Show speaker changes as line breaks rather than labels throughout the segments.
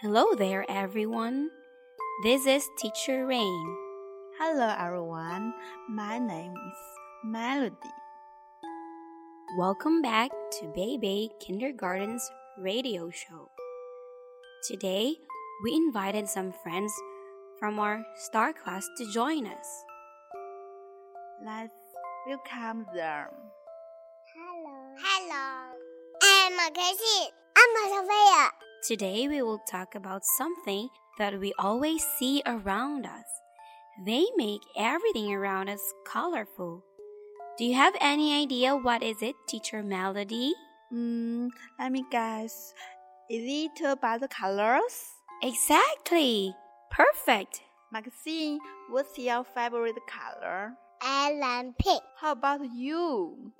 Hello there, everyone. This is Teacher Rain.
Hello everyone, my name is Melody.
Welcome back to Baby Kindergarten's radio show. Today, we invited some friends from our star class to join us.
Let's welcome them.
Hello. I'm Casey. I'm Sophia.
Today, we will talk about something that we always see around us. They make everything around us colorful. Do you have any idea what is it, Teacher Melody?
Hmm, let me guess. Is it about the colors?
Exactly. Perfect.
Maxine, what's your favorite color?
Alan Pig.
How about you?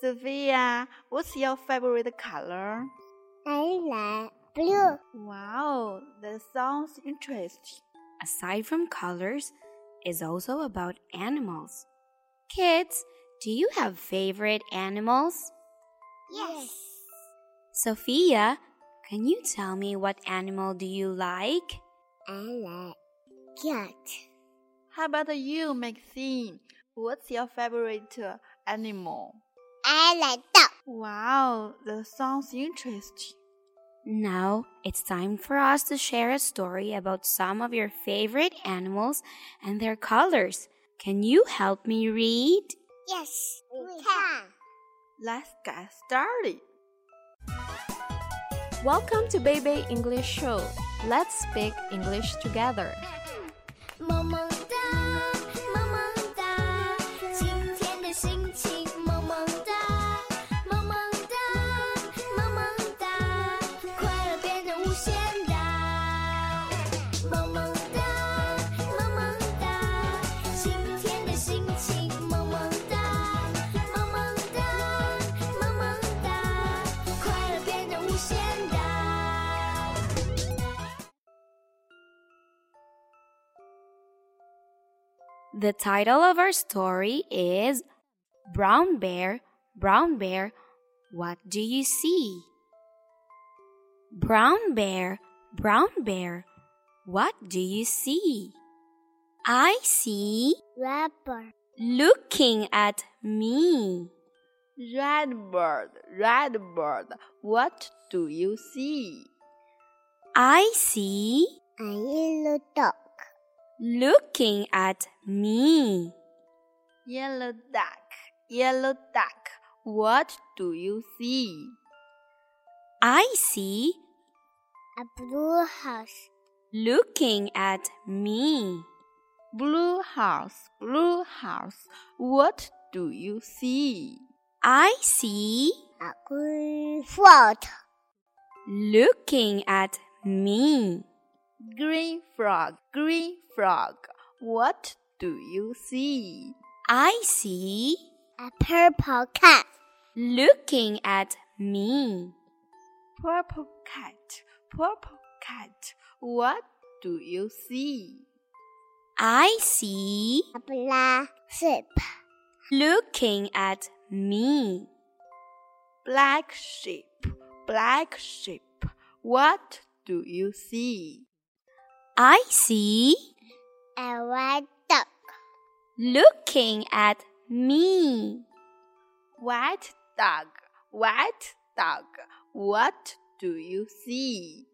Sophia, what's your favorite color?
Alan Blue.
Wow, that sounds interesting.
aside from colors, is also about animals. Kids, do you have favorite animals?
Yes.
Sophia, can you tell me what animal do you like?
Alan Cat.
How about you, Maxine? What's your favorite animal?
Alan Dog.
Wow, that sounds interesting.
Now it's time for us to share a story about some of your favorite animals and their colors. Can you help me read?
Yes. We can.
Let's get started.
Welcome to Baby English Show. Let's speak English together.
萌萌哒，萌萌哒，今天的心情萌萌哒，萌萌哒，萌萌哒，快乐变得无限大。萌萌哒，萌萌哒，今天的心情萌萌哒，萌萌哒，萌萌哒，快乐变得无限大。
The title of our story is Brown Bear, Brown Bear, What Do You See? Brown Bear, Brown Bear, What Do You See? I see
Rubber.
looking at me.
Red bird, red bird, what do you see?
I see
A yellow dog.
looking at me.
Yellow duck, yellow duck, what do you see?
I see
A blue house.
looking at me.
Blue house, blue house, what do you see?
I see
A green frog.
looking at me.
Green frog, green frog, what do you see?
I see
A purple cat.
looking at me.
Purple cat, purple cat, what do you see?
I see
A black sheep.
looking at me.
Black sheep, black sheep, what do you see?
I see
A white dog.
looking at me.
White dog, white dog, what do you see?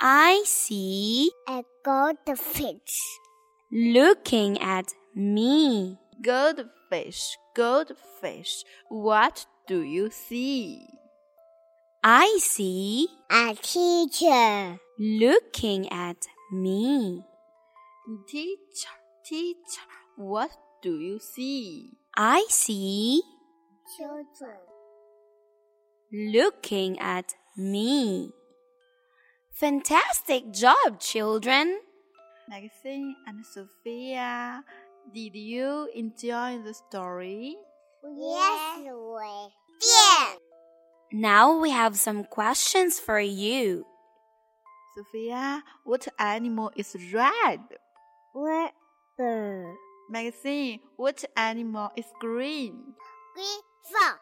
I see
A goldfish.
looking at me.
Goldfish, goldfish, what do you see?
I see
A teacher.
looking at me.
Teacher, teacher, what do you see?
I see
Children.
looking at me. Fantastic job, children!
Maxine and Sophia, did you enjoy the story?
Yes, we did.
Now we have some questions for you.
Sophia, what animal is red?
Rubber.
Maxine, what animal is green?
Green frog.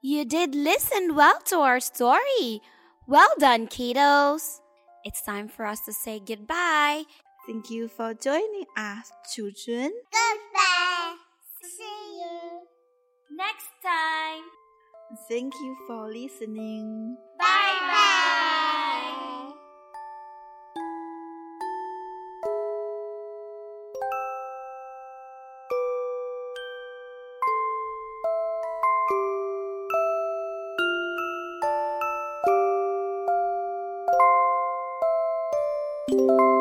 You did listen well to our story. Well done, kiddos. It's time for us to say goodbye.
Thank you for joining us, children.
Goodbye. See you.
Next time.
Thank you for listening.
Bye bye.
Thank you.